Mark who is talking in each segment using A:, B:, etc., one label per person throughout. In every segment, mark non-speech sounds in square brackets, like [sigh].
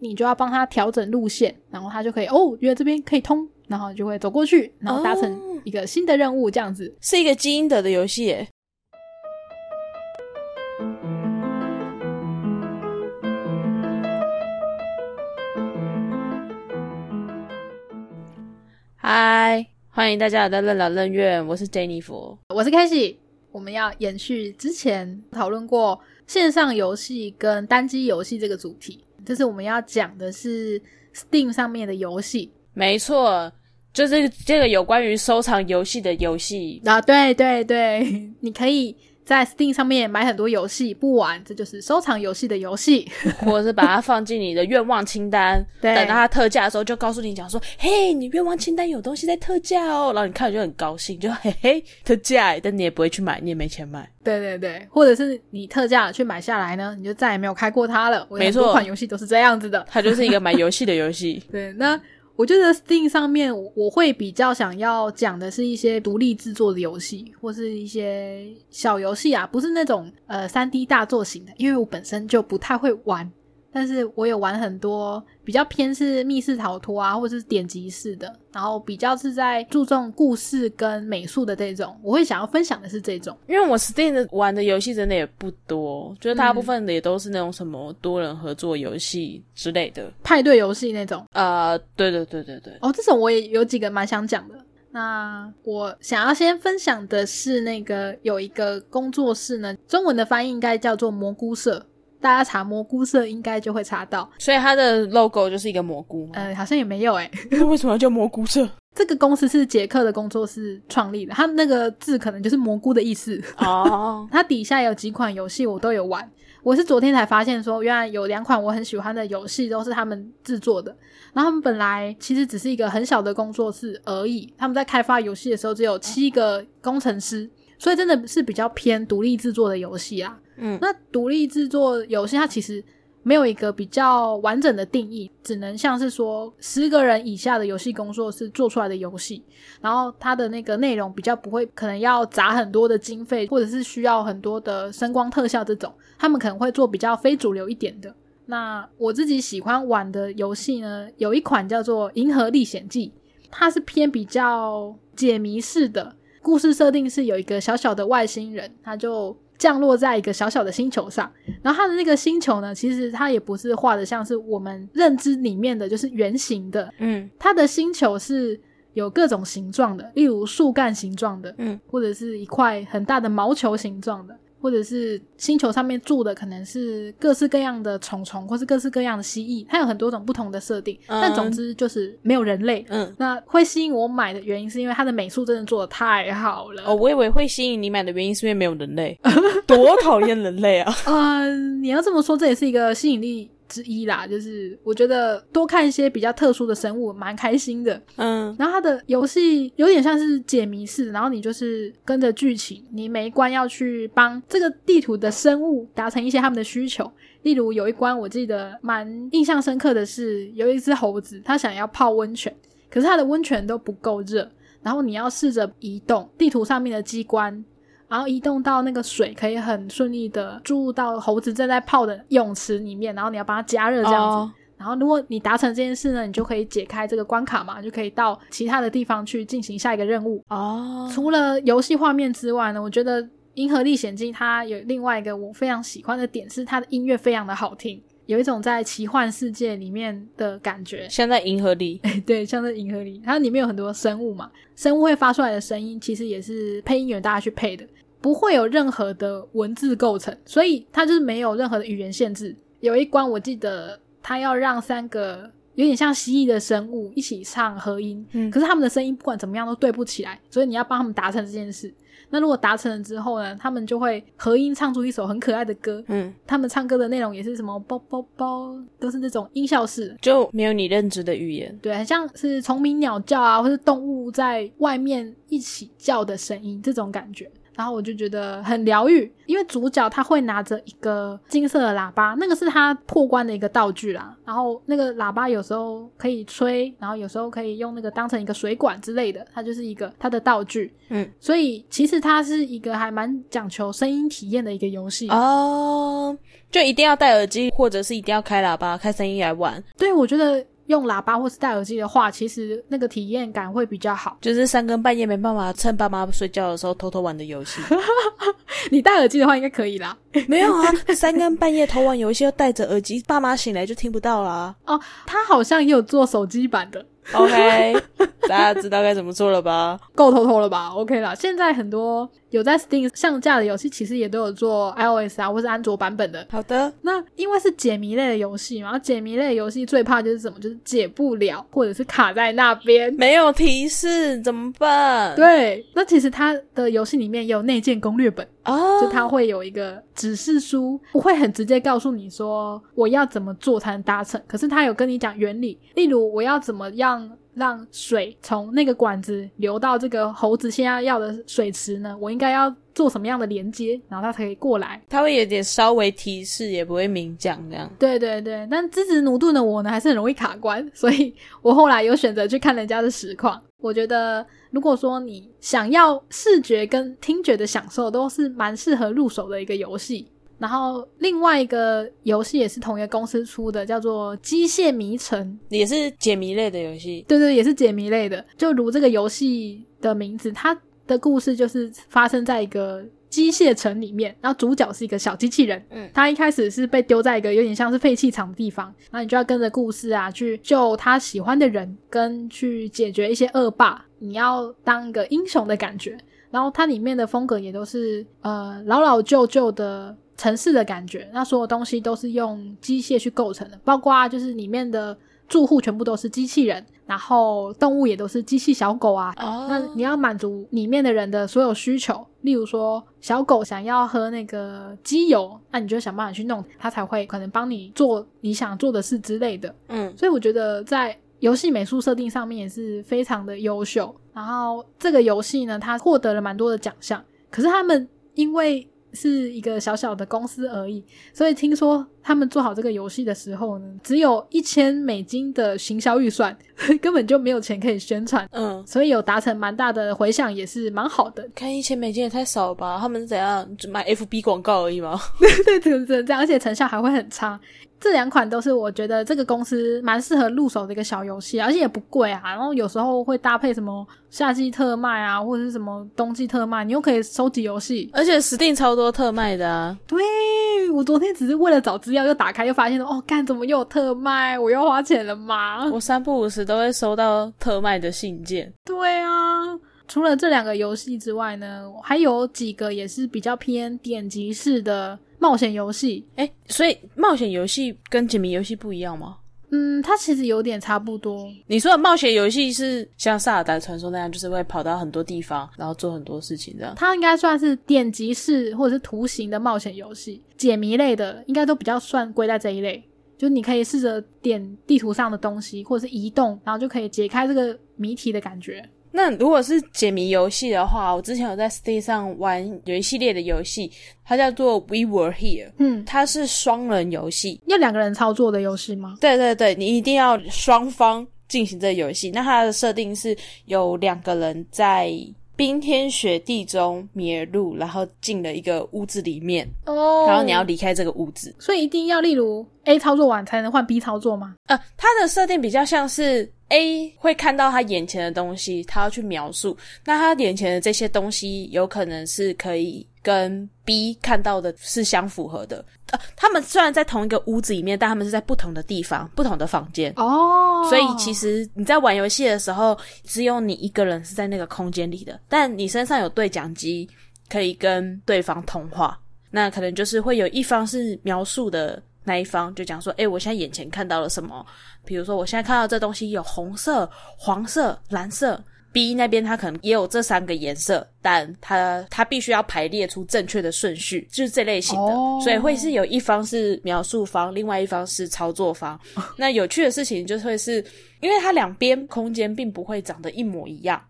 A: 你就要帮他调整路线，然后他就可以哦，原来这边可以通，然后就会走过去，然后达成一个新的任务，这样子。
B: 是一个基因德的游戏耶。嗨，欢迎大家来到任劳任怨，我是 Jennifer。
A: 我是开喜，我们要延续之前讨论过线上游戏跟单机游戏这个主题，这次我们要讲的是 Steam 上面的游戏
B: 没错，就是这个有关于收藏游戏的游戏。
A: 啊，对对对，你可以在 Steam 上面买很多游戏不玩，这就是收藏游戏的游戏。
B: 或者是把它放进你的愿望清单，
A: 对
B: 等到它特价的时候就告诉你讲说，嘿，你愿望清单有东西在特价哦，然后你看了就很高兴，就嘿嘿特价耶，但你也不会去买，你也没钱买，
A: 对对对，或者是你特价去买下来呢，你就再也没有开过它了。我有
B: 没
A: 很
B: 错
A: 多款游戏都是这样子的。。
B: 它就是一个买游戏的游戏
A: 对，那我觉得 Steam 上面我我会比较想要讲的是一些独立制作的游戏，或是一些小游戏啊，不是那种呃三 D 大作型的，因为我本身就不太会玩，但是我有玩很多比较偏是密室逃脱啊，或者是点击式的，然后比较是在注重故事跟美术的这种，我会想要分享的是这种。
B: 因为我 Steam 的玩的游戏真的也不多，就是大部
A: 嗯
B: 分的也都是那种什么多人合作游戏之类的。
A: 派对游戏那种
B: 呃，对对对对对，
A: 哦，这种我也有几个蛮想讲的。那我想要先分享的是，那个有一个工作室呢，中文的翻译应该叫做蘑菇社，大家查蘑菇社应该就会查到。
B: 所以它的 logo 就是一个蘑菇嘛。
A: 呃，好像也没有诶、
B: 那 [laughs] 为什么要叫蘑菇社？
A: [laughs] 这个公司是捷克的工作室创立的，它那个字可能就是蘑菇的意思。
B: 哦，
A: 它底下有几款游戏我都有玩，我是昨天才发现说，原来有两款我很喜欢的游戏都是他们制作的。然后他们本来其实只是一个很小的工作室而已，他们在开发游戏的时候只有七个工程师，所以真的是比较偏独立制作的游戏啊。
B: [laughs] 嗯，
A: 那独立制作游戏它其实没有一个比较完整的定义，只能像是说十个人以下的游戏工作室做出来的游戏，然后它的那个内容比较不会，可能要砸很多的经费，或者是需要很多的声光特效这种，他们可能会做比较非主流一点的。那我自己喜欢玩的游戏呢，有一款叫做《银河历险记》，它是偏比较解谜式的。故事设定是有一个小小的外星人，他就降落在一个小小的星球上，然后他的那个星球呢，其实它也不是画的像是我们认知里面的就是圆形的，
B: 嗯
A: 它的星球是有各种形状的，例如树干形状的，
B: 嗯，
A: 或者是一块很大的毛球形状的，或者是星球上面住的可能是各式各样的虫虫，或是各式各样的蜥蜴，它有很多种不同的设定。
B: 嗯
A: 但总之就是没有人类。
B: 嗯。
A: 那会吸引我买的原因，是因为它的美术真的做的太好了。
B: 哦，我以为会吸引你买的原因是因为没有人
A: [laughs]
B: 类，多讨厌人类啊！
A: 嗯，你要这么说，这也是一个吸引力之一啦。就是我觉得多看一些比较特殊的生物，蛮开心的。
B: 嗯，
A: 然后它的游戏有点像是解谜式，然后你就是跟着剧情，你每一关要去帮这个地图的生物达成一些他们的需求。例如有一关我记得蛮印象深刻的是，有一只猴子它想要泡温泉，可是它的温泉都不够热，然后你要试着移动地图上面的机关。然后移动到那个水可以很顺利的注入到猴子正在泡的泳池里面，然后你要帮它加热这样子。
B: 哦
A: 然后，如果你达成这件事呢，你就可以解开这个关卡嘛，就可以到其他的地方去进行下一个任务。
B: 哦
A: 除了游戏画面之外呢，我觉得《银河历险记》它有另外一个我非常喜欢的点是，它的音乐非常的好听，有一种在奇幻世界里面的感觉。
B: 现在银河里，
A: 对，像在银河里，它里面有很多生物嘛，生物会发出来的声音其实也是配音员大家去配的，不会有任何的文字构成，所以它就是没有任何的语言限制。有一关我记得它要让三个有点像蜥蜴的生物一起唱合音，
B: 嗯
A: 可是他们的声音不管怎么样都对不起来，所以你要帮他们达成这件事。那如果达成了之后呢，他们就会合音唱出一首很可爱的歌。
B: 嗯，
A: 他们唱歌的内容也是什么啵啵啵，都是那种音效式的。
B: 就没有你认知的语言。
A: 对，很像是虫鸣鸟叫啊，或是动物在外面一起叫的声音这种感觉。然后我就觉得很疗愈，因为主角他会拿着一个金色的喇叭，那个是他破关的一个道具啦。然后那个喇叭有时候可以吹，然后有时候可以用那个当成一个水管之类的，它就是一个他的道具。
B: 嗯，
A: 所以其实它是一个还蛮讲求声音体验的一个游戏。
B: 哦，就一定要戴耳机，或者是一定要开喇叭、开声音来玩，
A: 对我觉得用喇叭或是戴耳机的话，其实那个体验感会比较好。
B: 就是三更半夜没办法趁爸妈睡觉的时候偷偷玩的游戏。
A: 你戴耳机的话应该可以啦。
B: [laughs] 没有啊，三更半夜偷玩游戏要戴着耳机，爸妈醒来就听不到啦。
A: 哦，它好像也有做手机版的，
B: OK，大家知道该怎么做了吧？
A: 够偷偷了吧？OK 啦，现在很多有在 Steam 上架的游戏，其实也都有做 iOS 啊或是安卓版本的。
B: 好的，
A: 那因为是解谜类的游戏嘛，然后解谜类的游戏最怕就是什么，就是解不了或者是卡在那边。
B: 没有提示怎么办？
A: 对，那其实它的游戏里面也有内建攻略本，
B: 啊，
A: 就它会有一个指示书，不会很直接告诉你说我要怎么做才能达成，可是它有跟你讲原理，例如我要怎么样让水从那个管子流到这个猴子现在要的水池呢？我应该要做什么样的连接，然后它才可以过来。
B: 他会有点稍微提示，也不会明讲这样。
A: 对对对，但支持努顿的我呢，还是很容易卡关，所以 [laughs] 我后来有选择去看人家的实况。我觉得，如果说你想要视觉跟听觉的享受，都是蛮适合入手的一个游戏。然后另外一个游戏也是同一个公司出的，叫做《机械迷城》。
B: 也是解谜类的游戏，
A: 对对，也是解谜类的。就如这个游戏的名字，它的故事就是发生在一个机械城里面，然后主角是一个小机器人。
B: 嗯
A: 他一开始是被丢在一个有点像是废弃场的地方，然后你就要跟着故事啊去救他喜欢的人，跟去解决一些恶霸。你要当一个英雄的感觉。然后它里面的风格也都是呃老老旧旧的城市的感觉，那所有东西都是用机械去构成的，包括啊就是里面的住户全部都是机器人，然后动物也都是机器小狗啊。
B: 哦
A: 那你要满足里面的人的所有需求，例如说小狗想要喝那个机油，那你就想办法去弄，它才会可能帮你做你想做的事之类的。
B: 嗯，
A: 所以我觉得在游戏美术设定上面也是非常的优秀。然后这个游戏呢，它获得了蛮多的奖项，可是他们因为是一个小小的公司而已，所以听说他们做好这个游戏的时候呢，只有一千美金的行销预算， [laughs] 根本就没有钱可以宣传，
B: 嗯，
A: 所以有达成蛮大的回响，也是蛮好的。 [laughs]
B: 看一千美金也太少了吧？他们是怎样只买 FB 广告而已吗？
A: 对，只能这样，而且成效还会很差。这两款都是我觉得这个公司蛮适合入手的一个小游戏啊，而且也不贵啊。然后有时候会搭配什么夏季特卖啊，或者是什么冬季特卖，你又可以收集游戏。
B: [laughs] 而且 Steam 超多特卖的啊，
A: 对我昨天只是为了找资料，又打开又发现哦，干怎么又有特卖？我又花钱了嘛？
B: 我三不五时都会收到特卖的信件。
A: 对啊。除了这两个游戏之外呢，还有几个也是比较偏点击式的冒险游戏，
B: 哎，所以冒险游戏跟解谜游戏不一样吗？
A: 嗯，它其实有点差不多，
B: 你说的冒险游戏是像《萨尔达传说》那样，就是会跑到很多地方，然后做很多事情这样。
A: 它应该算是点击式或者是图形的冒险游戏，解谜类的应该都比较算归在这一类。就你可以试着点地图上的东西，或者是移动，然后就可以解开这个谜题的感觉。
B: 那如果是解谜游戏的话，我之前有在 Steam 上玩有一系列的游戏，它叫做 We Were Here，
A: 嗯，
B: 它是双人游戏。
A: 要两个人操作的游戏吗？
B: 对对对，你一定要双方进行这个游戏。那它的设定是有两个人在冰天雪地中迷路，然后进了一个屋子里面，
A: 哦
B: 然后你要，离开这个屋子。
A: 所以一定要例如 A 操作完才能换 B 操作吗？
B: 呃，它的设定比较像是 A 会看到他眼前的东西，他要去描述。那他眼前的这些东西，有可能是可以跟 B 看到的是相符合的。呃，他们虽然在同一个屋子里面，但他们是在不同的地方、不同的房间。
A: 哦
B: 所以其实你在玩游戏的时候，只有你一个人是在那个空间里的，但你身上有对讲机，可以跟对方通话。那可能就是会有一方是描述的那一方，就讲说：“诶、我现在眼前看到了什么？比如说，我现在看到这东西有红色、黄色、蓝色。”B 那边它可能也有这三个颜色，但它它必须要排列出正确的顺序，就是这类型的
A: 哦
B: 所以会是有一方是描述方，另外一方是操作方。那有趣的事情就会是，因为它两边空间并不会长得一模一样，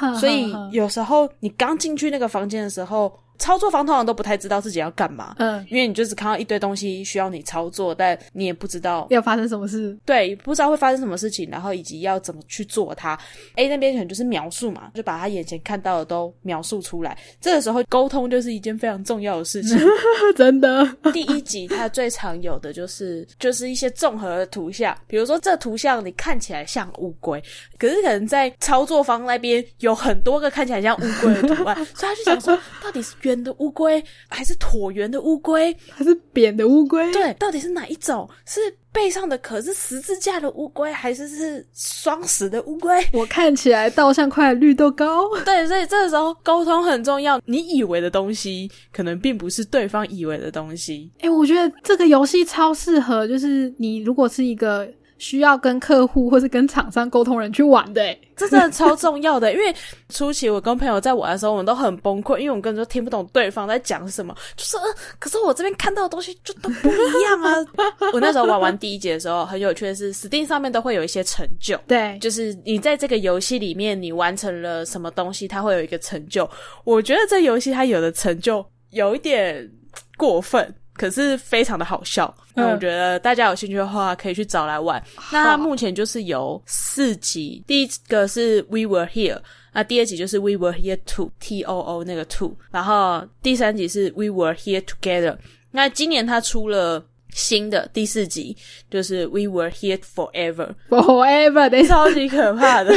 A: 嗯
B: 所以有时候你刚进去那个房间的时候，操作方通常都不太知道自己要干嘛，
A: 嗯，
B: 因为你就只看到一堆东西需要你操作，但你也不知道
A: 要发生什么事？
B: 对，不知道会发生什么事情，然后以及要怎么去做它。A 那边可能就是描述嘛，就把他眼前看到的都描述出来。这个时候沟通就是一件非常重要的事情。
A: [laughs] 真的， [laughs]
B: 第一集它最常有的就是就是一些综合的图像，比如说这图像你看起来像乌龟，可是可能在操作方那边有很多个看起来像乌龟的图案，所以他就想说，到底是圆的乌龟还是椭圆的乌龟？
A: 它是扁的乌龟，
B: 对，到底是哪一种？是背上的壳是十字架的乌龟，还是是双十的乌龟？
A: 我看起来倒像块绿豆糕。
B: [laughs] 对，所以这个时候沟通很重要。你以为的东西，可能并不是对方以为的东西。
A: 哎、我觉得这个游戏超适合，就是你如果是一个需要跟客户或是跟厂商沟通人去玩的、欸，
B: 这真的超重要的，因为初期我跟朋友在玩的时候，我们都很崩溃，因为我们根本就听不懂对方在讲什么，就是、呃、可是我这边看到的东西就都不一样啊。 [laughs] 我那时候玩完第一节的时候，很有趣的是，Steam 上面都会有一些成就，
A: 对，
B: 就是你在这个游戏里面你完成了什么东西，它会有一个成就。我觉得这游戏它有的成就有一点过分。可是非常的好笑，那我
A: 嗯
B: 觉得大家有兴趣的话可以去找来玩。那它目前就是有四集，第一个是 We Were Here，那第二集就是 We Were Here Two T O O 那个 Two，然后第三集是 We Were Here Together。那今年它出了新的第四集，就是 We Were Here Forever，
A: forever 等一下，
B: 超级可怕的。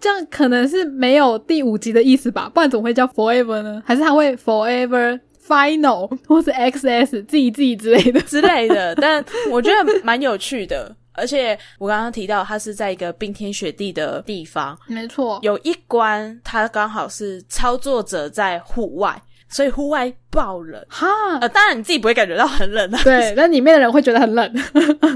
A: 这样可能是没有第五集的意思吧？不然怎么会叫 forever 呢？还是它会 forever final 或是 xs 自己自己之类的？ [laughs]
B: 之类的， [laughs] 但我觉得蛮有趣的。而且我刚刚提到，它是在一个冰天雪地的地方，
A: 没错，
B: 有一关它刚好是操作者在户外，所以户外爆冷。
A: 哈，
B: 呃，当然你自己不会感觉到很冷啊， [laughs]
A: 对，那里面的人会觉得很冷。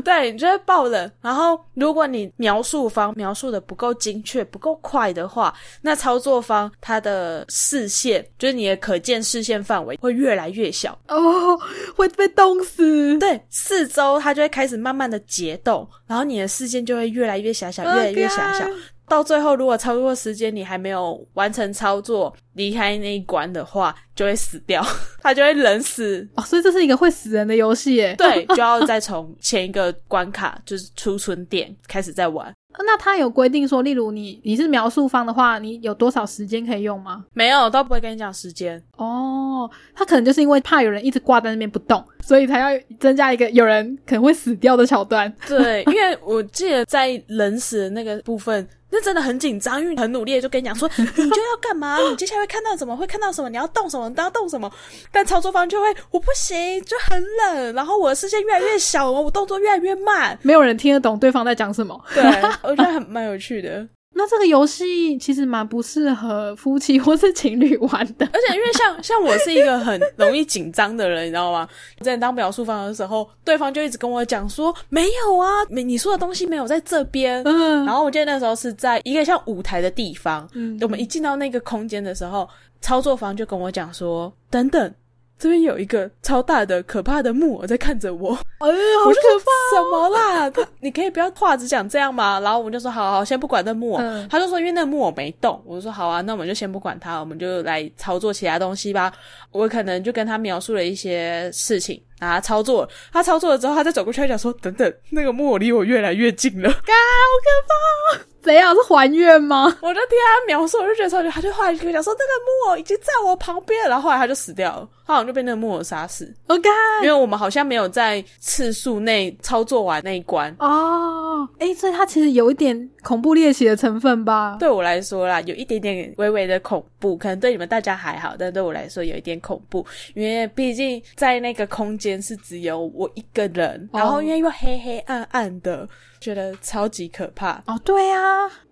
B: 对，你就会爆冷。然后，如果你描述方描述的不够精确、不够快的话，那操作方它的视线，就是你的可见视线范围会越来越小，
A: 哦，会被冻死。
B: 对，四周它就会开始慢慢的解冻，然后你的视线就会越来越狭小，越来越狭小
A: Oh。
B: 到最后，如果超过时间你还没有完成操作，离开那一关的话，就会死掉， [laughs] 它就会冷死。
A: 哦，所以这是一个会死人的游戏耶。
B: 对，就要再从前一个关卡，就是储存点开始再玩。
A: 那它有规定说，例如你你是描述方的话，你有多少时间可以用吗？
B: 没有，都不会跟你讲时间。
A: 哦，他可能就是因为怕有人一直挂在那边不动，所以才要增加一个有人可能会死掉的桥段。
B: 对，因为我记得在冷死的那个部分，那真的很紧张，因为很努力的就跟你讲说，你就要干嘛，你接下来会看到什么，会看到什么，你要动什么，你都要动什么。但操作方就会，我不行，就很冷，然后我的视线越来越小，我动作越来越慢。
A: 没有人听得懂对方在讲什么。
B: 对，我觉得很蛮有趣的。
A: 那这个游戏其实蛮不适合夫妻或是情侣玩的。
B: 而且因为像像我是一个很容易紧张的人，你知道吗？我在当描述方的时候，对方就一直跟我讲说没有啊，没你说的东西没有在这边。
A: 嗯
B: 然后我记得那时候是在一个像舞台的地方，
A: 嗯
B: 我们一进到那个空间的时候，操作方就跟我讲说：“等等，这边有一个超大的可怕的木偶在看着我。”
A: 哎呀，好可
B: 我就说什么啦？他你可以不要话只讲这样吗？然后我们就说好好，先不管那木偶。哦
A: 嗯
B: 他就说因为那木偶没动，我就说好啊，那我们就先不管他，我们就来操作其他东西吧。我可能就跟他描述了一些事情，然后他操作了，他操作了之后，他再走过去他讲说等等，那个木偶离我越来越近了。
A: 怎样是还愿吗？
B: 我就听他描述，我就觉得超级，他就后来就跟我讲说那个木偶已经在我旁边了，然后后来他就死掉了，他好像就被那个木偶杀死，
A: 我干
B: 因为我们好像没有在次数内操作完那一关。
A: 哦，哎，所以它其实有一点恐怖猎奇的成分吧？
B: 对我来说啦，有一点点微微的恐怖，可能对你们大家还好，但对我来说有一点恐怖，因为毕竟在那个空间是只有我一个人，
A: 哦
B: 然后因为又黑黑暗暗的，觉得超级可怕。
A: 哦，对啊，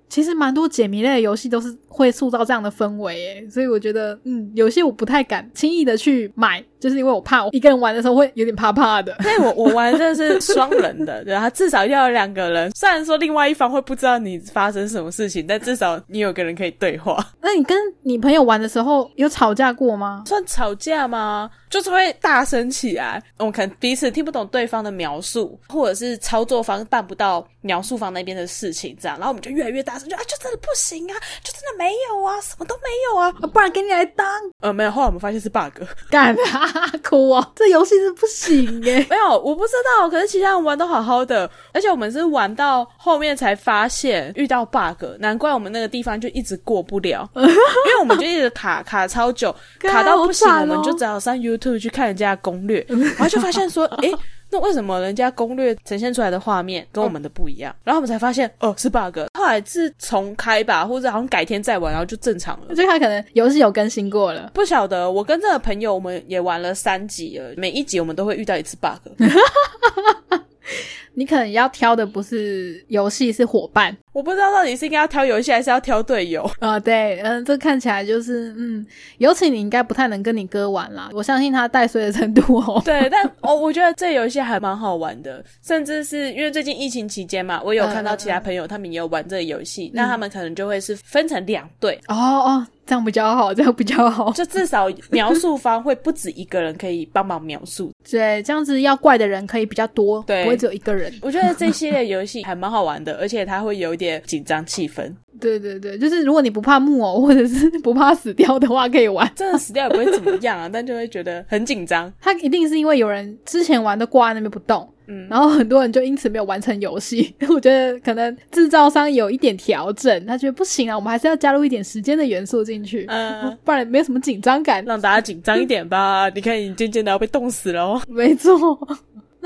A: 其实蛮多解谜类的游戏都是会塑造这样的氛围，诶，所以我觉得，嗯，有些我不太敢轻易的去买，就是因为我怕我一个人玩的时候会有点怕怕的。 [laughs]
B: [laughs] 对我我玩的是双人的，对，他至少要有两个人。虽然说另外一方会不知道你发生什么事情，但至少你有个人可以对 [laughs] 话。
A: 那你跟你朋友玩的时候有吵架过吗？
B: 算吵架吗？就是会大声起来，我们可能彼此听不懂对方的描述，或者是操作方办不到描述方那边的事情，这样，然后我们就越来越大声，就啊，就真的不行啊，就真的没有啊，什么都没有啊。
A: 啊不然给你来当
B: 呃，没有，后来我们发现是 bug，
A: 干哈哈 [laughs] 哭哦，这游戏是不行耶、 [laughs]
B: 没有，我不知道。可是其他人玩都好好的，而且我们是玩到后面才发现遇到 bug，难怪我们那个地方就一直过
A: [laughs]
B: 不了，因为我们就一直卡卡超久，
A: 干
B: 卡到不行，
A: 啊好惨
B: 我
A: 哦
B: 们就只好上 YouTube 去看人家的攻略，然后就发现说，诶。那为什么人家攻略呈现出来的画面跟我们的不一样？然后我们才发现，哦，
A: [laughs]
B: 是 bug。后来是重开吧，或者好像改天再玩，然后就正常了。
A: 就他可能游戏有更新过了，
B: 不晓得，我跟这个朋友我们也玩了三集了，每一集我们都会遇到一次 bug。
A: 你可能要挑的不是游戏，是伙伴。
B: 我不知道到底是应该要挑游戏还是要挑队友。
A: 啊，对，嗯，这看起来就是，嗯，尤其你应该不太能跟你哥玩啦，我相信他带衰的程度哦。
B: 对，但哦，我觉得这游戏还蛮好玩的，甚至是因为最近疫情期间嘛，我有看到其他朋友他们也有玩这个游戏，那他们可能就会是分成两队，
A: 哦哦，这样比较好，这样比较好。
B: 就至少描述方会不止一个人可以帮忙描述。
A: [laughs] 对，这样子要怪的人可以比较多，
B: 对
A: 不会只有一个人。
B: 我觉得这系列游戏还蛮好玩的，而且它会有一点紧张气氛， [laughs]
A: 对对对，就是如果你不怕木偶或者是不怕死掉的话，可以玩。
B: 真的死掉也不会怎么样啊，但就会觉得很紧张。
A: 他一定是因为有人之前玩都挂在那边不动，
B: 嗯
A: 然后很多人就因此没有完成游戏。 [laughs] 我觉得可能制造商有一点调整，他觉得不行啊，我们还是要加入一点时间的元素进去，
B: 嗯，
A: 不然没有什么紧张感。
B: 让大家紧张一点吧。你看，你渐渐的要被冻死了哦。
A: 没错。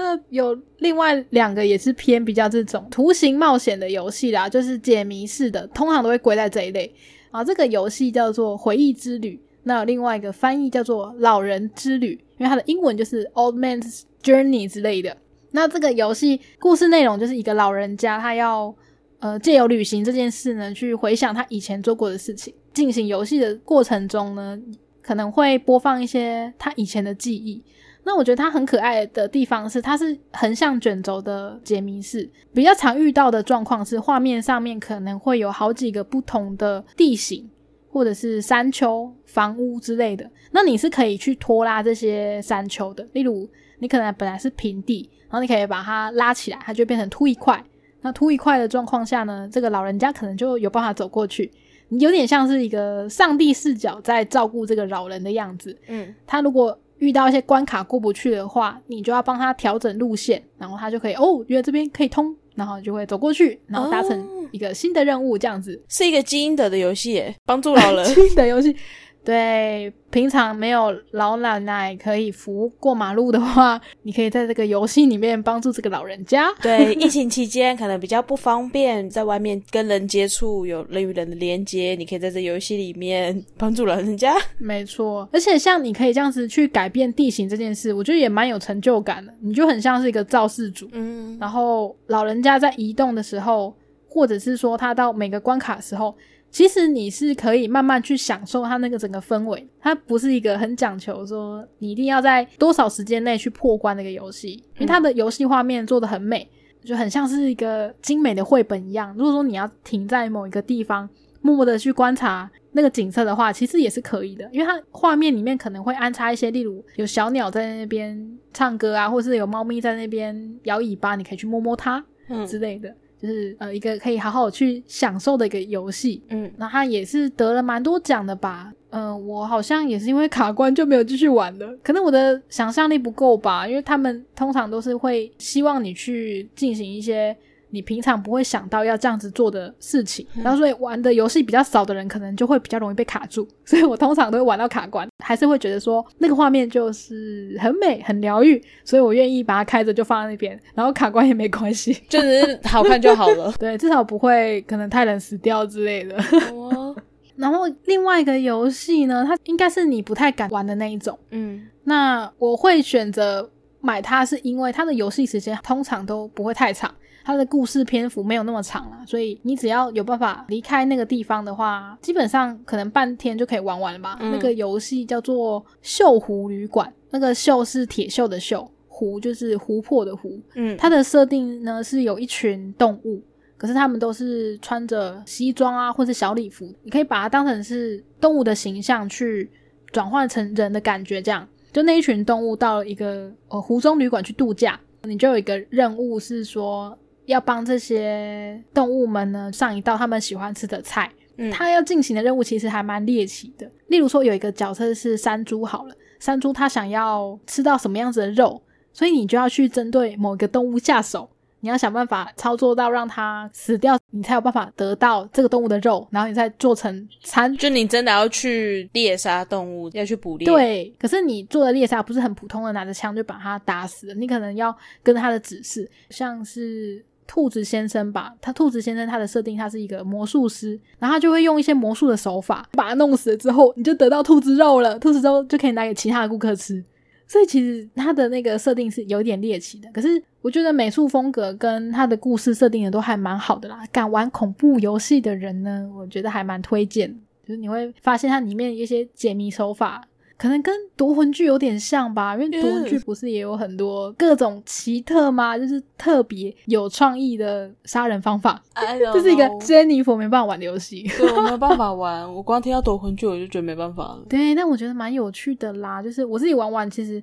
A: 那有另外两个也是偏比较这种图形冒险的游戏啦，就是解谜式的，通常都会归在这一类。啊，这个游戏叫做《回忆之旅》，那有另外一个翻译叫做《老人之旅》，因为它的英文就是 Old Man's Journey 之类的。那这个游戏故事内容就是一个老人家，他要呃借由旅行这件事呢，去回想他以前做过的事情。进行游戏的过程中呢，可能会播放一些他以前的记忆。那我觉得它很可爱的地方是，它是横向卷轴的解谜式。比较常遇到的状况是，画面上面可能会有好几个不同的地形，或者是山丘、房屋之类的。那你是可以去拖拉这些山丘的，例如你可能本来是平地，然后你可以把它拉起来，它就变成凸一块。那凸一块的状况下呢，这个老人家可能就有办法走过去。你有点像是一个上帝视角在照顾这个老人的样子，
B: 嗯，
A: 他如果遇到一些关卡过不去的话，你就要帮他调整路线，然后他就可以哦，原来这边可以通，然后你就会走过去，然后达成一个新的任务，这样子。
B: 是一个基因德的游戏耶，帮助老人。
A: 新的游戏，对，平常没有老奶奶可以扶过马路的话，你可以在这个游戏里面帮助这个老人家。
B: 对，疫情期间可能比较不方便在外面跟人接触，有人与人的连接，你可以在这游戏里面帮助老人家。
A: 没错，而且像你可以这样子去改变地形这件事，我觉得也蛮有成就感的。你就很像是一个造世主，
B: 嗯，
A: 然后老人家在移动的时候，或者是说他到每个关卡的时候，其实你是可以慢慢去享受他那个整个氛围。它不是一个很讲求说你一定要在多少时间内去破关的一个游戏，因为它的游戏画面做的很美，就很像是一个精美的绘本一样。如果说你要停在某一个地方，默默的去观察那个景色的话，其实也是可以的，因为它画面里面可能会安插一些，例如有小鸟在那边唱歌啊，或是有猫咪在那边摇尾巴，你可以去摸摸它
B: 嗯
A: 之类的，就是呃一个可以好好去享受的一个游戏。
B: 嗯，
A: 那它也是得了蛮多奖的吧？嗯、我好像也是因为卡关就没有继续玩了，可能我的想象力不够吧，因为他们通常都是会希望你去进行一些你平常不会想到要这样子做的事情，然后所以玩的游戏比较少的人，可能就会比较容易被卡住，所以我通常都会玩到卡关，还是会觉得说那个画面就是很美、很疗愈，所以我愿意把它开着就放在那边，然后卡关也没关系，。
B: 就只是好看就好了
A: 对，至少不会可能太冷死掉之类的。
B: 哦，
A: 然后另外一个游戏呢，它应该是你不太敢玩的那一种。
B: 嗯
A: 那我会选择买它，是因为它的游戏时间通常都不会太长，它的故事篇幅没有那么长啦，所以你只要有办法离开那个地方的话，基本上可能半天就可以玩完了吧。
B: 嗯
A: 那个游戏叫做《锈湖旅馆》，那个锈是铁锈的锈，湖就是湖泊的湖。
B: 嗯，
A: 它的设定呢是有一群动物，可是它们都是穿着西装啊或者小礼服，你可以把它当成是动物的形象去转换成人的感觉，这样。就那一群动物到了一个呃湖中旅馆去度假，你就有一个任务是说要帮这些动物们呢上一道他们喜欢吃的菜。
B: 嗯
A: 他要进行的任务其实还蛮猎奇的。例如说，有一个角色是山猪，好了，山猪它想要吃到什么样子的肉，所以你就要去针对某一个动物下手，你要想办法操作到让它死掉，你才有办法得到这个动物的肉，然后你再做成餐。
B: 就你真的要去猎杀动物，要去捕猎，，
A: 对，可是你做的猎杀不是很普通的拿着枪就把它打死了，你可能要跟着它的指示，像是兔子先生吧，他兔子先生他的设定他是一个魔术师，然后他就会用一些魔术的手法把它弄死了之后，你就得到兔子肉了，兔子肉就可以拿给其他的顾客吃。所以其实它的那个设定是有点猎奇的，可是我觉得美术风格跟它的故事设定的都还蛮好的啦。敢玩恐怖游戏的人呢，我觉得还蛮推荐。就是你会发现它里面一些解谜手法，可能跟夺魂剧有点像吧，因为夺魂剧不是也有很多各种奇特吗？就是特别有创意的杀人方法。这
B: 这
A: 是一个 Jennifer 没办法玩的游戏。
B: 对我没有办法玩，我光听到夺魂剧我就觉得没办法了。
A: 对，但我觉得蛮有趣的啦。就是我自己玩玩，其实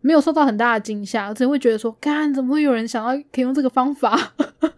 A: 没有受到很大的惊吓，只会觉得说，干怎么会有人想到可以用这个方法？ [laughs]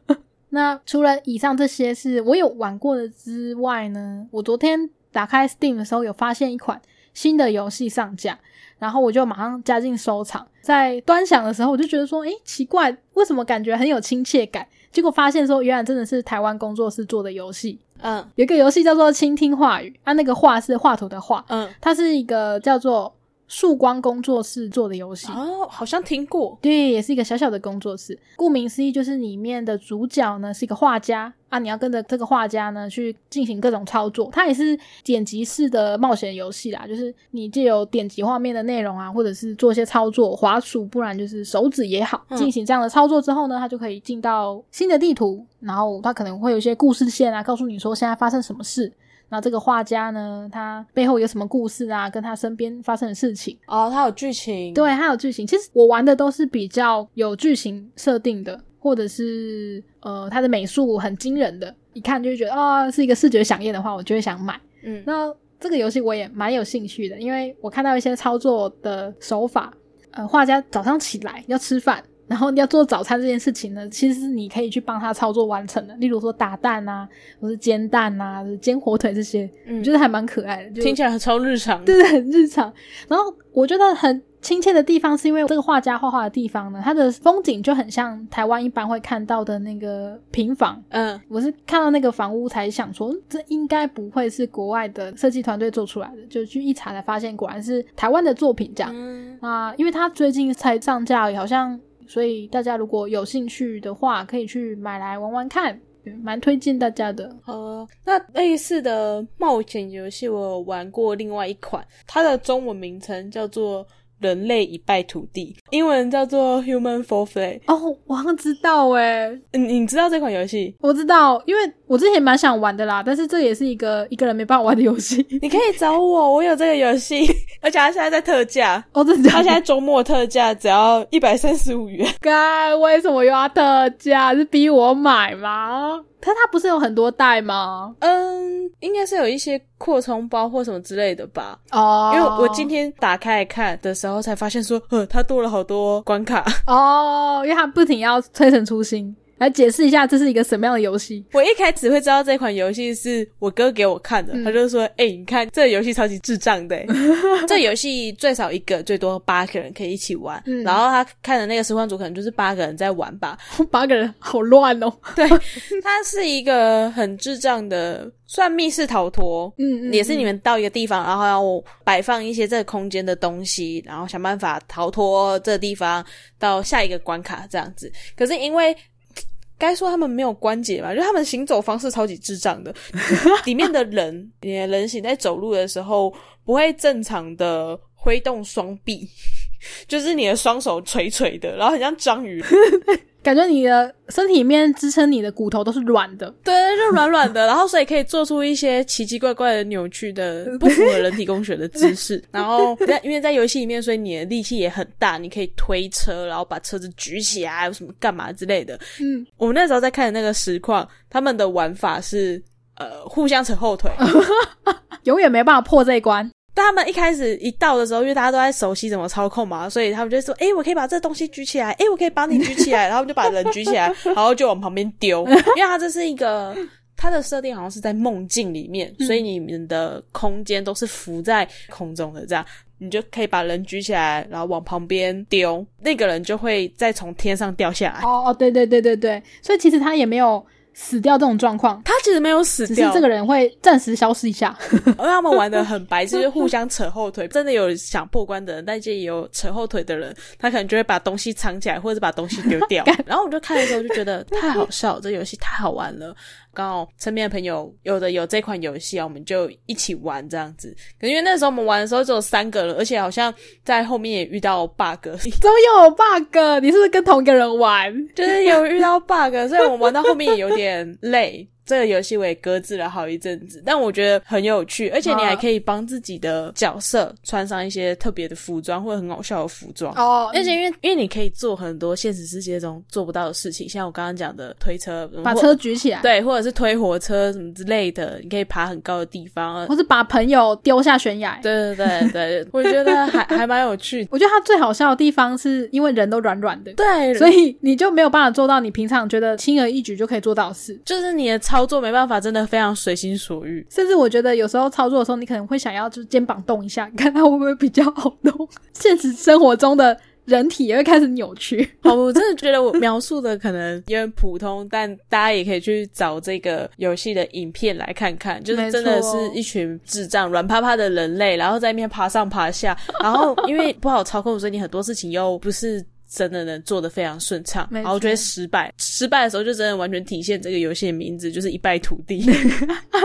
A: 那除了以上这些是我有玩过的之外呢，我昨天打开 Steam 的时候有发现一款新的游戏上架，然后我就马上加进收藏。在端详的时候，我就觉得说，诶，奇怪，为什么感觉很有亲切感？结果发现说，原来真的是台湾工作室做的游戏，
B: 嗯
A: 有一个游戏叫做《倾听话语》，啊它、那个“话”是画图的“画”，
B: 嗯，
A: 它是一个叫做曙光工作室做的游戏。
B: 哦，好像听过，
A: 对，也是一个小小的工作室。顾名思义，就是里面的主角呢是一个画家啊，你要跟着这个画家呢去进行各种操作。它也是剪辑式的冒险游戏啦，就是你借由点击画面的内容啊，或者是做一些操作，滑鼠不然就是手指也好，
B: 嗯
A: 进行这样的操作之后呢，它就可以进到新的地图，然后它可能会有一些故事线啊，告诉你说现在发生什么事。然后这个画家呢，他背后有什么故事啊？跟他身边发生的事情，
B: 哦，它有剧情，，
A: 对，还有剧情。其实我玩的都是比较有剧情设定的，或者是呃，它的美术很惊人的，一看就会觉得啊、是一个视觉响应的话，我就会想买。
B: 嗯
A: 那这个游戏我也蛮有兴趣的，因为我看到一些操作的手法，呃，画家早上起来要吃饭，然后要做早餐这件事情呢，其实是你可以去帮他操作完成的，例如说打蛋啊，或是煎蛋啊，或是煎火腿这些，我
B: 嗯
A: 觉，得还蛮可爱的。就
B: 听起来超日常，
A: 对，很日常。然后我觉得很亲切的地方，是因为这个画家画画的地方呢，它的风景就很像台湾一般会看到的那个平房。
B: 嗯
A: 我是看到那个房屋才想说，嗯这应该不会是国外的设计团队做出来的，就去一查才发现，果然是台湾的作品这样。
B: 嗯，
A: 那因为它最近才上架，好像所以大家如果有兴趣的话，可以去买来玩玩看，嗯蛮推荐大家的。
B: 好了，那类似的冒险游戏我有玩过另外一款，它的中文名称叫做《人类已败涂地》，英文叫做 Human Forfeit。
A: 哦，我好像知道欸诶，
B: 嗯，你知道这款游戏？
A: 我知道，因为我之前蛮想玩的啦，但是这也是一个一个人没办法玩的游戏。
B: 你可以找我，我有这个游戏， [laughs] 而且它现在在特价，
A: 哦，真的
B: 它
A: 假
B: 现在
A: 的？
B: 周末特价只要一百三十五元。
A: 该为什么又要特价？是逼我买吗？可它不是有很多代吗？
B: 嗯，应该是有一些扩充包或什么之类的吧，
A: 哦
B: 因为我今天打开来看的时候才发现说，呃，它多了好多关卡。
A: 哦，因为它不停要推陈出新，来解释一下这是一个什么样的游戏。
B: 我一开始会知道这款游戏是我哥给我看的，
A: 嗯
B: 他就说：“哎、你看这游戏超级智障
A: [laughs]
B: 的、欸这游戏最少一个，最多八个人可以一起玩。
A: 嗯
B: 然后他看的那个实况组可能就是八个人在玩吧。
A: 八个人好乱哦。
B: 对，它是一个很智障的，算密室逃脱。
A: 嗯
B: 也是你们到一个地方，然后要摆放一些这个空间的东西，然后想办法逃脱这个地方到下一个关卡这样子。可是因为该说他们没有关节吧，就是他们行走方式超级智障的， [laughs] 里面的人，你的人形在走路的时候不会正常的 [laughs] 挥动双臂，就是你的双手垂垂的，然后很像章鱼。
A: 感觉你的身体里面支撑你的骨头都是软的，
B: 对，就软软的，然后所以可以做出一些奇奇怪怪的、扭曲的、不符合人体工学的姿势。然后在因为在游戏里面，所以你的力气也很大，你可以推车，然后把车子举起来，有什么干嘛之类的。
A: 嗯，
B: 我们那时候在看的那个实况，他们的玩法是呃互相扯后腿，
A: 永远没办法破这一关。
B: 但他们一开始一到的时候，因为大家都在熟悉怎么操控嘛，所以他们就说：“诶、我可以把这东西举起来，诶、我可以把你举起来。”然后就把人举起来， [laughs] 然后就往旁边丢。因为它这是一个它的设定好像是在梦境里面，所以你们的空间都是浮在空中的，这样你就可以把人举起来，然后往旁边丢，那个人就会再从天上掉下来。
A: 哦哦，对对对对对，所以其实他也没有死掉这种状况，
B: 他其实没有死
A: 只是
B: 掉，
A: 这个人会暂时消失一下。
B: 因为他们玩的很白痴，就是互相扯后腿。真的有想破关的人，但是也有扯后腿的人，他可能就会把东西藏起来，或者是把东西丢掉。 [laughs] 然后我就看的时候就觉得太好笑了，这游戏太好玩了。刚好身边的朋友有的有这款游戏啊，我们就一起玩这样子。可是因为那时候我们玩的时候只有三个人，而且好像在后面也遇到 bug，
A: [laughs] 怎么又有 bug？你是不是跟同一个人玩？
B: [laughs] 就是有遇到 bug，所以我玩到后面也有点累。 [laughs] 这个游戏我也搁置了好一阵子，但我觉得很有趣，而且你还可以帮自己的角色穿上一些特别的服装或者很搞笑的服装。
A: 哦
B: 而且因为因为你可以做很多现实世界中做不到的事情，像我刚刚讲的推车，
A: 把
B: 或
A: 车举起来，，
B: 对，或者是推火车什么之类的，你可以爬很高的地方。
A: 或是把朋友丢下悬崖。
B: [laughs] 对对对对，我觉得还还蛮有趣的。
A: 我觉得他最好笑的地方是因为人都软软的，
B: 对，
A: 所以你就没有办法做到你平常觉得轻而易举就可以做到的事。
B: 就是你的操作没办法，真的非常随心所欲。
A: 甚至我觉得有时候操作的时候，你可能会想要就是肩膀动一下，看它会不会比较好动。现实生活中的人体也会开始扭曲。
B: [laughs] 好，我真的觉得我描述的可能有点普通，但大家也可以去找这个游戏的影片来看看，就是真的
A: 没错哦
B: 是一群智障、软趴趴的人类，然后在那边爬上爬下，然后因为不好操控，所以你很多事情又不是。真的能做的非常顺畅，
A: 没错
B: 然后就会失败。失败的时候就真的完全体现这个游戏的名字，就是一败涂地。 [laughs]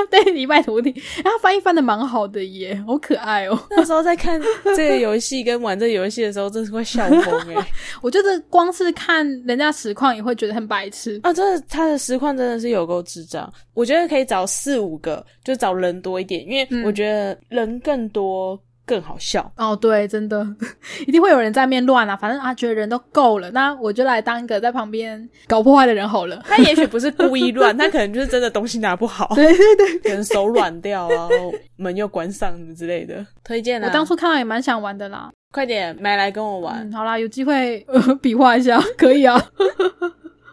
A: 对，礼拜徒弟，然后翻译翻的蛮好的耶，好可爱哦。
B: 那时候在看这个游戏跟玩这个游戏的时候，真是会笑疯哎、
A: 我觉得光是看人家实况也会觉得很白痴。
B: 啊，真的，他的实况真的是有够智障。我觉得可以找四五个，就找人多一点，因为我觉得人更多更好笑。
A: 哦，对，真的， [laughs] 一定会有人在面乱啊。反正啊，觉得人都够了，那我就来当一个在旁边搞破坏的人好了。
B: 他也许不是故意乱，他可能就是真的东西拿不 [laughs] 好，
A: 对对对，
B: 可能手软掉，然后门又关上什么之类的。 [laughs] 推荐啊，
A: 我当初看到也蛮想玩的啦。
B: 快点买来跟我玩。
A: 嗯，好啦，有机会呃比划一下，可以啊。 [laughs]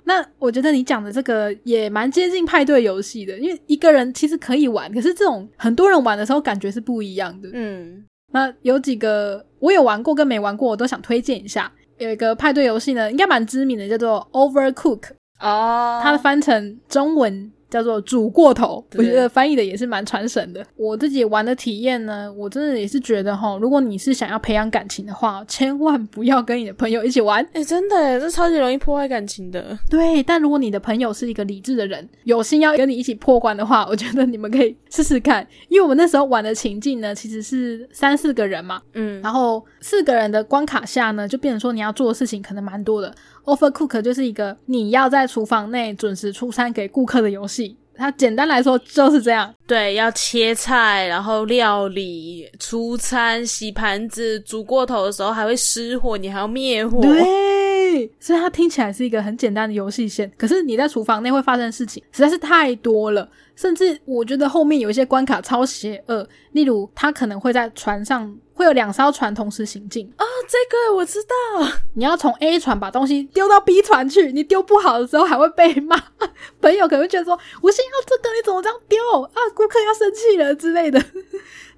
A: 那我觉得你讲的这个也蛮接近派对游戏的，因为一个人其实可以玩，可是这种很多人玩的时候感觉是不一样的。
B: 嗯，
A: 那有几个我有玩过跟没玩过，我都想推荐一下。有一个派对游戏呢，应该蛮知名的，叫做 Overcook，
B: 哦
A: 它翻成中文叫做“煮过头”，
B: 对
A: 我觉得翻译的也是蛮传神的。我自己玩的体验呢，我真的也是觉得哈，如果你是想要培养感情的话，千万不要跟你的朋友一起玩。
B: 哎、真的耶，这超级容易破坏感情的。
A: 对，但如果你的朋友是一个理智的人，有心要跟你一起破关的话，我觉得你们可以试试看。因为我们那时候玩的情境呢，其实是三四个人嘛，
B: 嗯，
A: 然后四个人的关卡下呢，就变成说你要做的事情可能蛮多的。Overcook 就是一个你要在厨房内准时出餐给顾客的游戏，它简单来说就是这样。
B: 对，要切菜，然后料理、出餐、洗盘子，煮过头的时候还会失火，你还要灭火。哦
A: 对，所以它听起来是一个很简单的游戏线，可是你在厨房内会发生的事情实在是太多了，甚至我觉得后面有一些关卡超邪恶，例如它可能会在船上会有两艘船同时行进，
B: 这个我知道，
A: [laughs] 你要从 A 船把东西丢到 B 船去，你丢不好的时候还会被骂， [laughs] 朋友可能会觉得说我先要这个，你怎么这样丢啊？顾客要生气了之类的。 [laughs]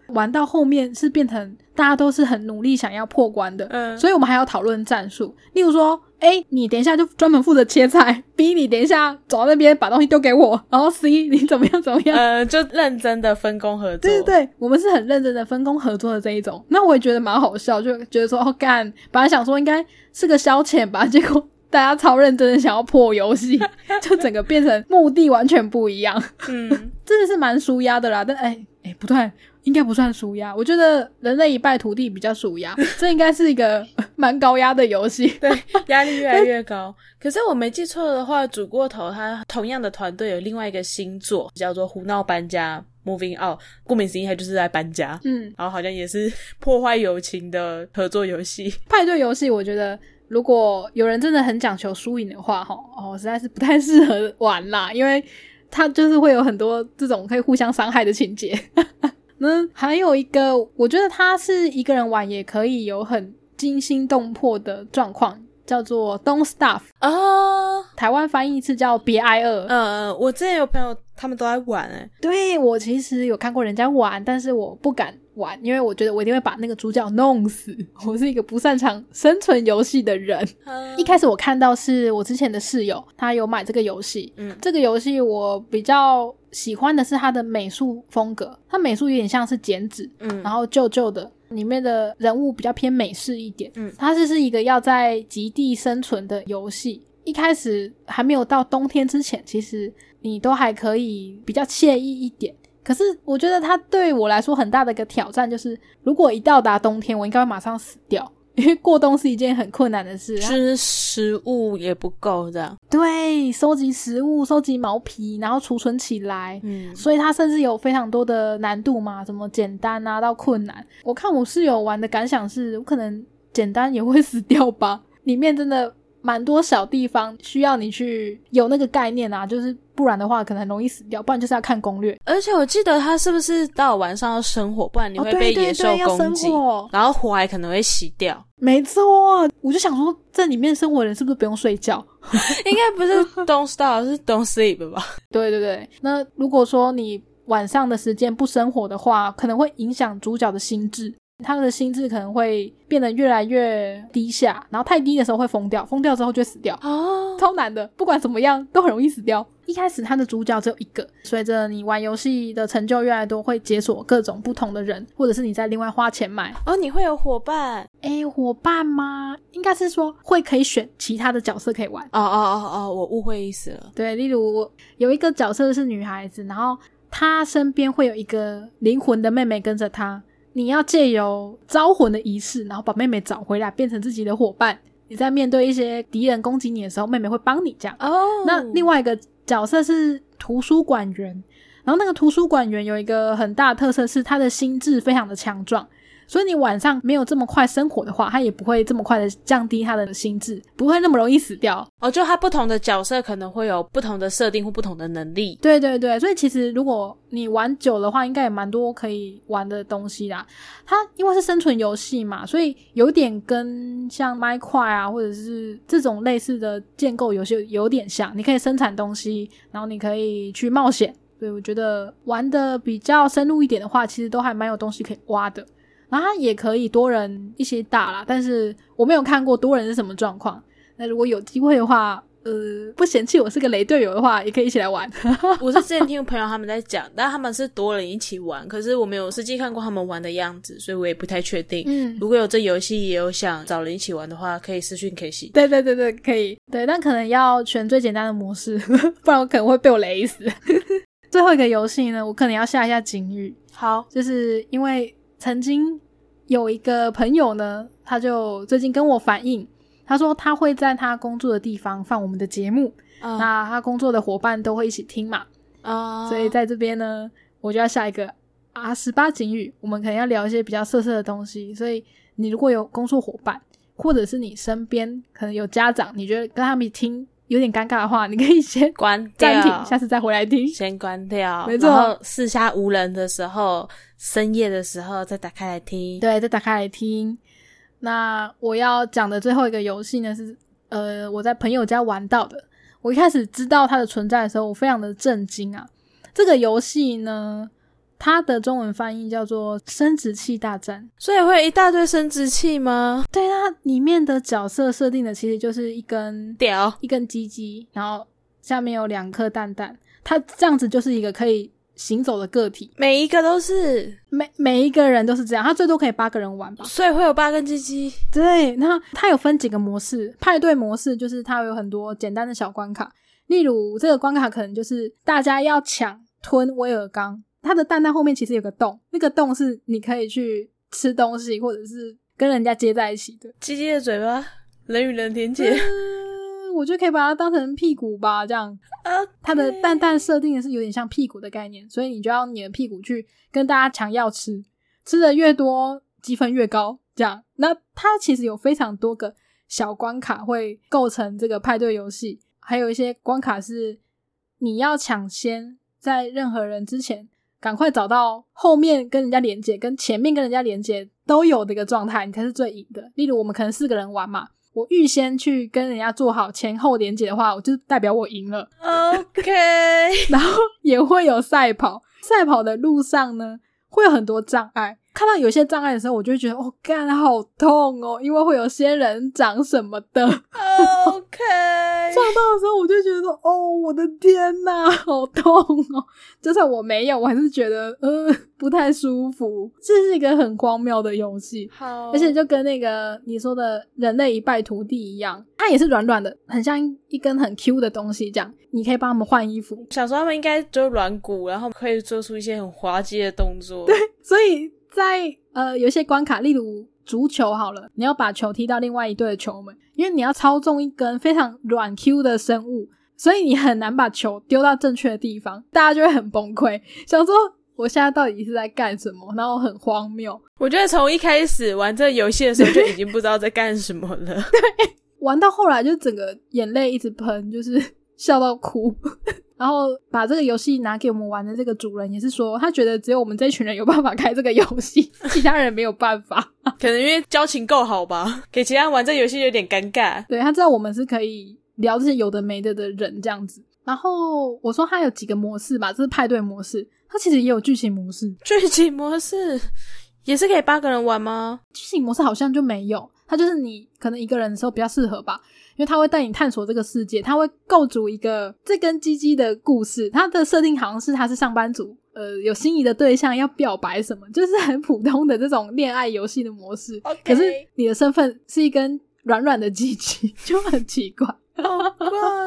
A: 玩到后面是变成大家都是很努力想要破关的，
B: 嗯
A: 所以我们还要讨论战术。例如说，哎、你等一下就专门负责切菜；B，你等一下走到那边把东西丢给我；然后 C，你怎么样怎么样。
B: 呃，就认真的分工合作。
A: 对对对，我们是很认真的分工合作的这一种。那我也觉得蛮好笑，就觉得说哦干，本来想说应该是个消遣吧， [laughs] 结果大家超认真的想要破游戏， [laughs] 就整个变成目的完全不一样，
B: 嗯，
A: 真的是蛮舒压的啦。但哎哎不对，应该不算舒压，我觉得人类一败涂地比较舒压，这应该是一个。蛮高压的游戏。
B: 对，压力越来越高。可是我没记错的话，煮过头它同样的团队有另外一个新作叫做《胡闹搬家》（Moving Out），顾名思义，它就是在搬家。
A: 嗯，
B: 然后好像也是破坏友情的合作游戏。
A: 派对游戏，我觉得如果有人真的很讲求输赢的话，哈，哦，实在是不太适合玩啦， [laughs] 因为它就是会有很多这种可以互相伤害的情节。 [laughs] 那还有一个，我觉得它是一个人玩也可以有很惊心动魄的状况，叫做 Don't Stuff，
B: 哦，
A: 台湾翻译是叫别挨饿。
B: 呃，我之前有朋友他们都在玩、欸，
A: 对我其实有看过人家玩，但是我不敢玩，因为我觉得我一定会把那个主角弄死。我是一个不擅长生存游戏的人。
B: 哎，
A: 一开始我看到是我之前的室友，他有买这个游戏。
B: 嗯
A: 这个游戏我比较喜欢的是它的美术风格，它美术有点像是剪纸，
B: 嗯，
A: 然后旧旧的，里面的人物比较偏美式一点。
B: 嗯
A: 它这是一个要在极地生存的游戏。一开始还没有到冬天之前，其实你都还可以比较惬意一点。可是我觉得它对我来说很大的一个挑战就是，如果一到达冬天，我应该会马上死掉，因为过冬是一件很困难的事。
B: 吃食物也不够这样，
A: 对，收集食物、收集毛皮，然后储存起来，
B: 嗯
A: 所以它甚至有非常多的难度嘛，什么简单啊到困难。我看我室友玩的感想是，我可能简单也会死掉吧。里面真的蛮多小地方需要你去有那个概念啊，就是不然的话可能很容易死掉，不然就是要看攻略。
B: 而且我记得他是不是到晚上要生火，不然你
A: 哦
B: 会
A: 对
B: 被
A: 对
B: 野兽
A: 对要
B: 攻
A: 生
B: 击，
A: 火
B: 然后火还可能会熄掉。
A: 没错，我就想说，这里面生活的人是不是不用睡觉？
B: 应该不是 don't stop，是 don't sleep 吧？
A: 对对对，那如果说你晚上的时间不生火的话，可能会影响主角的心智，他的心智可能会变得越来越低下，然后太低的时候会疯掉，疯掉之后就会死掉。
B: 哦，
A: 超难的，不管怎么样都很容易死掉。一开始它的主角只有一个，随着你玩游戏的成就越来越多，会解锁各种不同的人，或者是你再另外花钱买。
B: 哦，你会有伙伴？
A: 诶，伙伴吗？应该是说会可以选其他的角色可以玩。
B: 哦哦哦哦，我误会意思了。
A: 对，例如我有一个角色是女孩子，然后她身边会有一个灵魂的妹妹跟着她，你要借由招魂的仪式，然后把妹妹找回来，变成自己的伙伴。你在面对一些敌人攻击你的时候，妹妹会帮你这样。
B: 哦，
A: 那另
B: 外
A: 外一个角色是图书馆员，然后那个图书馆员有一个很大的特色是他的心智非常的强壮，所以你晚上没有这么快生火的话，他也不会这么快的降低他的心智，不会那么容易死掉。
B: 哦，就他不同的角色可能会有不同的设定或不同的能
A: [laughs]
B: 力。
A: 对对对，所以其实如果你玩久的话，应该也蛮多可以玩的东西啦。它因为是生存游戏嘛，所以有点跟像麦块啊，或者是这种类似的建构游戏有点像。你可以生产东西，然后你可以去冒险。所以我觉得玩的比较深入一点的话，其实都还蛮有东西可以挖的。然后它也可以多人一起打啦，但是我没有看过多人是什么状况。那如果有机会的话，呃，不嫌弃我是个雷队友的话，也可以一起来玩。
B: 我是之前听朋友他们在讲，但他们是多人一起玩，可是我没有实际看过他们玩的样子，所以我也不太确定。
A: 嗯，
B: 如果有这游戏也有想找人一起玩的话，可以私讯 K C。
A: 对对对对，可以。对，但可能要选最简单的模式，不然我可能会被我雷死。 [laughs] 最后一个游戏呢，我可能要下一下警语，
B: 好，
A: 就是因为曾经有一个朋友呢，他就最近跟我反映，他说他会在他工作的地方放我们的节目，
B: 啊
A: 那他工作的伙伴都会一起听嘛，
B: 啊
A: 所以在这边呢，我就要下一个 R 十八警语，我们可能要聊一些比较色色的东西。所以你如果有工作伙伴，或者是你身边可能有家长，你觉得跟他们听有点尴尬的话，你可以先
B: 关掉
A: 暂停，下次再回来听。
B: 啊先关掉，
A: 没错
B: 然后四下无人的时候，深夜的时候再打开来听。
A: 对，再打开来听。那我要讲的最后一个游戏呢，是呃我在朋友家玩到的。我一开始知道它的存在的时候，我非常的震惊啊！这个游戏呢，它的中文翻译叫做《生殖器大战》。
B: 所以会有一大堆生殖器吗？
A: 对它里面的角色设定的其实就是一根
B: 屌，
A: 一根鸡鸡，然后下面有两颗蛋蛋，它这样子就是一个可以行走的个体。
B: 每一个都是，
A: 每每一个人都是这样，它最多可以八个人玩吧。
B: 所以会有八根鸡鸡。
A: 对，那它有分几个模式，派对模式就是它有很多简单的小关卡，例如这个关卡可能就是大家要抢吞威尔刚，它的蛋蛋后面其实有个洞，那个洞是你可以去吃东西或者是跟人家接在一起的。
B: 鸡鸡的嘴巴，人与人连接。
A: 嗯，我觉得可以把它当成屁股吧，这样它的
B: OK
A: 蛋蛋设定的是有点像屁股的概念，所以你就要你的屁股去跟大家抢药吃，吃的越多积分越高，这样。那它其实有非常多个小关卡会构成这个派对游戏，还有一些关卡是你要抢先在任何人之前赶快找到后面跟人家连接，跟前面跟人家连接都有的一个状态，你才是最赢的。例如我们可能四个人玩嘛，我预先去跟人家做好前后连接的话，我就代表我赢了。
B: OK，
A: [laughs] 然后也会有赛跑，赛跑的路上呢会有很多障碍。看到有些障碍的时候，我就会觉得哦，干好痛哦，因为会有仙人掌什么的。 [laughs]
B: OK，
A: 撞到的时候，我就觉得说，哦，我的天呐，好痛哦！就算我没有，我还是觉得呃不太舒服。这是一个很荒谬的游戏，
B: 好，
A: 而且就跟那个你说的“人类一败涂地”一样，它也是软软的，很像一根很 Q 的东西这样。你可以帮他们换衣服，
B: 想说他们应该就软骨，然后可以做出一些很滑稽的动作。
A: 所以在呃有一些关卡，例如足球好了，你要把球踢到另外一队的球门，因为你要操纵一根非常软 Q 的生物，所以你很难把球丢到正确的地方，大家就会很崩溃，想说我现在到底是在干什么，然后很荒谬。
B: 我觉得从一开始玩这个游戏的时候就已经不知道在干什么 [laughs] 了。
A: 玩到后来就整个眼泪一直喷，就是 [laughs] 笑到哭。然后把这个游戏拿给我们玩的这个主人也是说，他觉得只有我们这群人有办法开这个游戏，其他人没有办法。 [laughs]
B: 可能因为交情够好吧，给其他人玩这游戏有点尴尬。
A: 对他知道我们是可以聊这些有的没的的人这样子。然后我说他有几个模式吧，这是派对模式，它其实也有剧情模式。
B: 剧情模式也是可以八个人玩吗？
A: 剧情模式好像就没有，它就是你可能一个人的时候比较适合吧，因为它会带你探索这个世界，它会构筑一个这跟鸡鸡的故事。它的设定好像是他是上班族，呃，有心仪的对象要表白什么，就是很普通的这种恋爱游戏的模式。
B: OK
A: 可是你的身份是一根软软的鸡鸡，就很奇怪，
B: 怪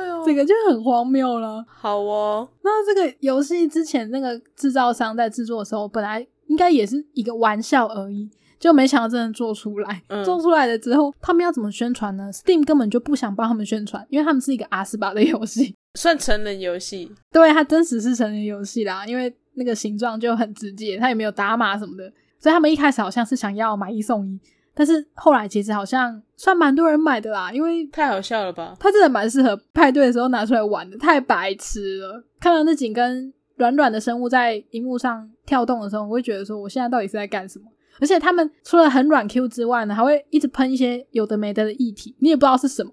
B: 哦
A: 这个就很荒谬了。
B: 好哦，
A: 那这个游戏之前那个制造商在制作的时候，本来应该也是一个玩笑而已，就没想到真的做出来。
B: 嗯
A: 做出来了之后，他们要怎么宣传呢？Steam 根本就不想帮他们宣传，因为他们是一个 R 十八的游戏， [laughs]
B: 算成人游戏。
A: 对，它真实是成人游戏啦，因为那个形状就很直接，它也没有打码什么的，所以他们一开始好像是想要买一送一，但是后来其实好像算蛮多人买的啦，因为
B: 太好笑了吧？
A: 它真的蛮适合派对的时候拿出来玩的，太白痴了。看到那几根软软的生物在荧幕上跳动的时候，我会觉得说，我现在到底是在干什么？而且他们除了很软 Q 之外呢，还会一直喷一些有的没的的液体，你也不知道是什么，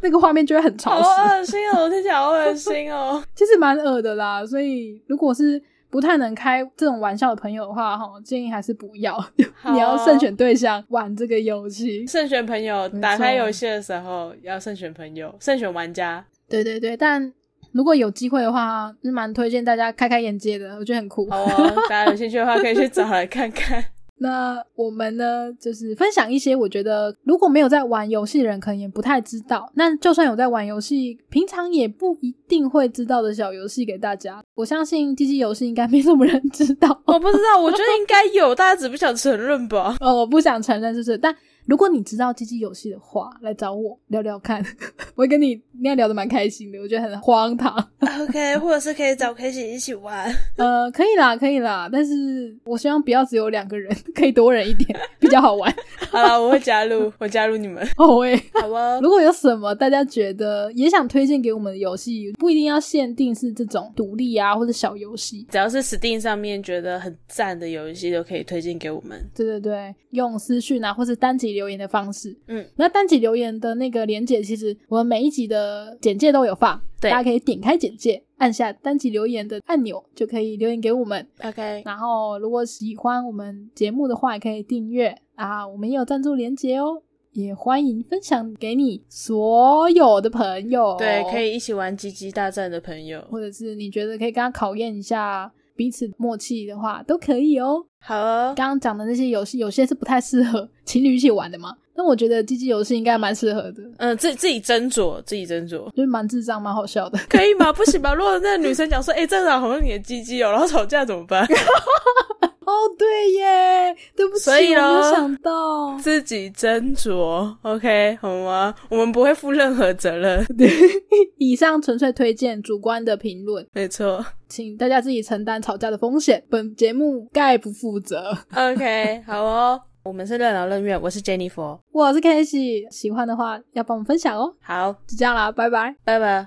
A: 那个画面就会很潮
B: 好
A: 湿，
B: 恶心哦！我听起来好恶心 [laughs] 哦。
A: 其实蛮恶的啦。所以如果是不太能开这种玩笑的朋友的话，哈，建议还是不要， [laughs]
B: 好
A: 你要慎选对象玩这个游戏。
B: 慎选朋友，
A: 没错
B: 打开游戏的时候要慎选朋友，慎选玩家。
A: 对对对，但如果有机会的话，是蛮推荐大家开开眼界的，我觉得很酷。
B: 好 [laughs] 哦，大家有兴趣的话可以去找来看看。
A: [laughs] 那我们呢，就是分享一些我觉得如果没有在玩游戏的人，可能也不太知道；那就算有在玩游戏，平常也不一定会知道的小游戏给大家。我相信机机游戏应该没什么人知道， [laughs]
B: 我不知道，我觉得应该有，大家只不想承认吧。
A: 哦，我不想承认，就是。但如果你知道机机游戏的话，来找我聊聊看， [laughs] 我会跟你应该聊得蛮开心的，我觉得很荒唐。
B: OK，或者 [laughs] 是可以找 K 姐一起玩。 [laughs]
A: [laughs] 呃，可以啦，可以啦，但是我希望不要只有两个人， [laughs] 可以多人一点，比较好玩。 [laughs]
B: 好了，我会加 [laughs] 入，我加入你们。
A: 哦喂、
B: 好哦，
A: 如果有什么大家觉得也想推荐给我们的游戏，不一定要限定是这种独立啊或者小游戏。
B: 只要是 Steam 上面觉得很赞的游戏，都可以推荐给我们。
A: 对对对，用私讯啊，或是单集留言的方式。
B: 嗯，
A: 那单集留言的那个连接，其实我们每一集的简介都有放，
B: 对
A: 大家可以点开简介，按下单集留言的按钮，就可以留言给我们。
B: OK，
A: 然后，如果喜欢我们节目的话，也可以订阅啊，我们也有赞助连接哦，也欢迎分享给你所有的朋友。
B: 对，可以一起玩《鸡鸡大战》的朋友。
A: 或者是你觉得可以跟他考验一下彼此默契的话，都可以哦。
B: 好哦，
A: 刚刚讲的那些游戏，有些是不太适合情侣一起玩的嘛。那我觉得鸡鸡游戏应该蛮适合的，
B: 嗯，自自己斟酌，自己斟酌，
A: 就是蛮智障、蛮好笑的。
B: [laughs] 可以吗？不行吧？如果那个女生讲说，哎、这个好像你的鸡鸡哦，然后吵架怎么办？
A: 哦，对耶，对不起，
B: 所以
A: 我没有
B: 咯
A: 想
B: [laughs]
A: 到。
B: 自己斟酌，OK，好吗？我们不会负任何责任，
A: 以上纯粹推荐主观的评论，
B: 没错。
A: 请大家自己承担吵架的风险。本节目概不负责。
B: OK，好哦，我们是任劳任怨，我是 Jennifer，
A: 我是 k a s e y 喜欢的话要帮我们分享哦。
B: 好，
A: 就这样啦，拜拜。
B: 拜拜。